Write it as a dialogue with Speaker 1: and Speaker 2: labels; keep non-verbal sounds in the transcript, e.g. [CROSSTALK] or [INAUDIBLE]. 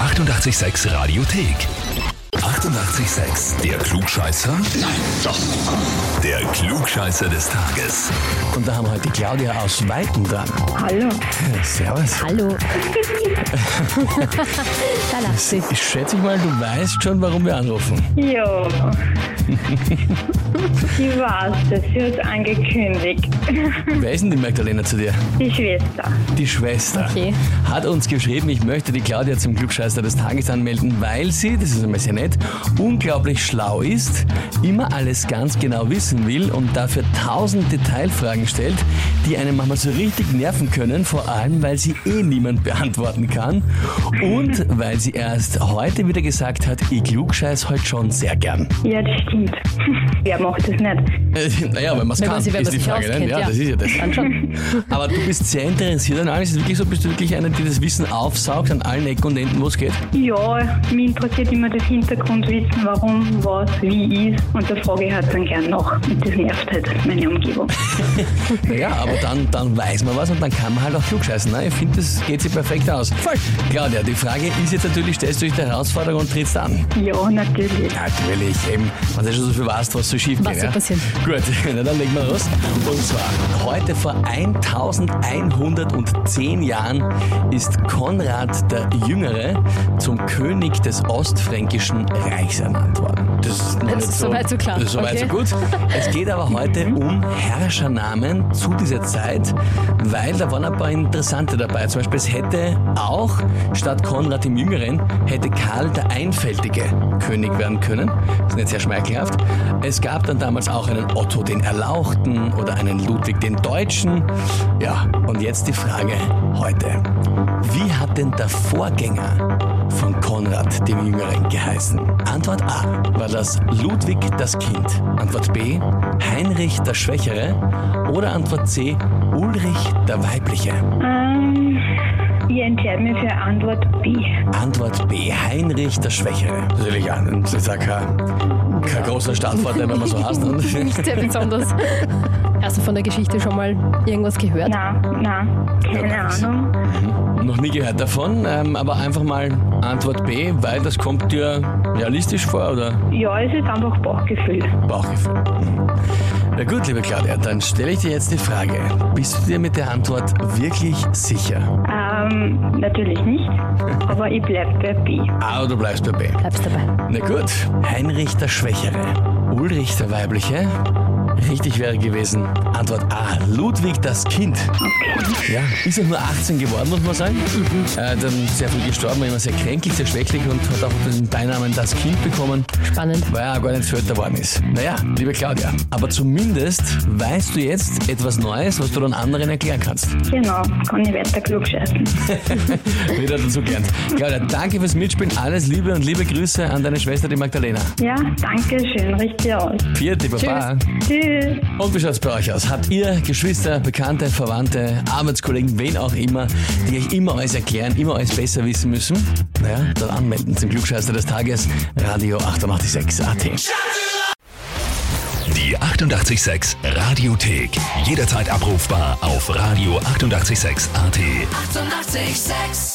Speaker 1: 886 Radiothek. 88,6. Der Klugscheißer? Nein, doch. Der Klugscheißer des Tages.
Speaker 2: Und da haben wir heute die Claudia aus Weiken dran.
Speaker 3: Hallo.
Speaker 2: Servus. [LAUGHS]
Speaker 4: Hallo. da lacht sie.
Speaker 2: Ich schätze mal, du weißt schon, warum wir anrufen.
Speaker 3: Ja. ich weiß das, sie hat angekündigt.
Speaker 2: Wer ist denn die Magdalena zu dir?
Speaker 3: Die Schwester.
Speaker 2: Die Schwester.
Speaker 4: Okay.
Speaker 2: Hat uns geschrieben, ich möchte die Claudia zum Glücksscheißer des Tages anmelden, weil sie, das ist ein bisschen nett, unglaublich schlau ist, immer alles ganz genau wissen will und dafür tausend Detailfragen stellt, die einem manchmal so richtig nerven können, vor allem weil sie eh niemand beantworten kann und weil sie erst heute wieder gesagt hat, ich klugscheiß heute schon sehr gern.
Speaker 3: Ja, das stimmt. [LAUGHS] Wer macht das nicht?
Speaker 2: Äh, [LAUGHS] Naja, wenn man es
Speaker 4: Wenn
Speaker 2: kann,
Speaker 4: man sie, wenn
Speaker 2: ist
Speaker 4: man
Speaker 2: die
Speaker 4: sich
Speaker 2: Frage.
Speaker 4: auskennt,
Speaker 2: ne? ja,
Speaker 4: ja.
Speaker 2: das ist ja das.
Speaker 4: Dann schon.
Speaker 2: [LAUGHS] Aber du bist sehr interessiert an allem. Ist es wirklich so, bist du wirklich einer, die das Wissen aufsaugt an allen Ecken und Enden, wo es geht?
Speaker 3: Ja, mich interessiert immer das Hintergrundwissen, warum, was, wie ist. Und da frage ich halt dann gern nach. Und das nervt halt meine Umgebung.
Speaker 2: Naja, aber dann, dann weiß man was und dann kann man halt auch klugscheißen. Ne? Ich finde, das geht sich perfekt aus. Voll. Claudia, die Frage ist jetzt natürlich, stellst du dich der Herausforderung und trittst an?
Speaker 3: Ja, natürlich.
Speaker 2: Natürlich, eben. Wenn du schon so viel weißt, was so schief
Speaker 4: Was
Speaker 2: geht.
Speaker 4: soll passieren?
Speaker 2: Gut, [LAUGHS] na, dann legen wir los. Und zwar, heute vor 1110 Jahren ist Konrad der Jüngere zum König des Ostfränkischen Reichs ernannt worden. Das ist noch
Speaker 4: Das
Speaker 2: nicht
Speaker 4: ist soweit so klar.
Speaker 2: das ist Soweit so
Speaker 4: Okay. Mhm.
Speaker 2: gut. Es geht aber heute um Herrschernamen zu dieser Zeit, weil da waren ein paar interessante dabei. Zum Beispiel, es hätte auch statt Konrad dem Jüngeren, hätte Karl der Einfältige König werden können. Das ist nicht sehr schmeichelhaft. Es gab dann damals auch einen Otto den Erlauchten oder einen Ludwig den Deutschen. Ja, und jetzt die Frage heute. Wie hat denn der Vorgänger von Konrad dem Jüngeren geheißen? Antwort A war das Ludwig das Kind. Antwort B Heinrich der Schwächere. Oder Antwort C Ulrich der Weibliche.
Speaker 3: Ähm, ich entscheide mich für Antwort B.
Speaker 2: Antwort B Heinrich der Schwächere. Natürlich ja, das ist ja kein, kein großer Startvorteil, wenn man so heißt. ne?
Speaker 4: [LAUGHS]
Speaker 2: [LAUGHS]
Speaker 4: Nicht sehr besonders. Hast du von der Geschichte schon mal irgendwas gehört?
Speaker 3: Na, na, keine
Speaker 2: Ja, weiß.
Speaker 3: Ahnung.
Speaker 2: Noch nie gehört davon, ähm, aber einfach mal Antwort B, weil das kommt dir realistisch vor oder
Speaker 3: Ja, es ist einfach Bauchgefühl.
Speaker 2: Bauchgefühl. Mhm. Na gut, liebe Claudia, dann stelle ich dir jetzt die Frage. Bist du dir mit der Antwort wirklich sicher?
Speaker 3: Ähm, natürlich nicht. Aber ich bleibe bei B.
Speaker 2: Aber du bleibst bei B.
Speaker 4: Bleibst dabei.
Speaker 2: Na gut, Heinrich der Schwächere, Ulrich der Weibliche. Richtig wäre gewesen Antwort A, Ludwig das Kind. Ja, ist ja nur 18 geworden, muss man sagen. Äh, dann sehr früh gestorben, war immer sehr kränklich, sehr schwächlich und hat auch den Beinamen das Kind bekommen.
Speaker 4: Spannend.
Speaker 2: weil er gar nicht Vierter worden ist. Naja, liebe Claudia, aber zumindest weißt du jetzt etwas Neues, was du dann anderen erklären kannst.
Speaker 3: Genau, kann ich weiter klug scheißen.
Speaker 2: Wieder dazu gelernt. Claudia, danke fürs Mitspielen. Alles Liebe und liebe Grüße an deine Schwester, die Magdalena.
Speaker 3: Ja, danke schön, richtig aus.
Speaker 2: Vierte, Baba.
Speaker 3: Tschüss.
Speaker 2: Und wie schaut's bei euch aus? Habt ihr Geschwister, Bekannte, Verwandte, Arbeitskollegen, wen auch immer, die euch immer alles erklären, immer alles besser wissen müssen? Naja, dann anmelden zum Glückscheißer des Tages, Radio 886 AT.
Speaker 1: Die 88,6 Radiothek. Jederzeit abrufbar auf radio886.at. 88,6.
Speaker 5: Eighty-eight, sex.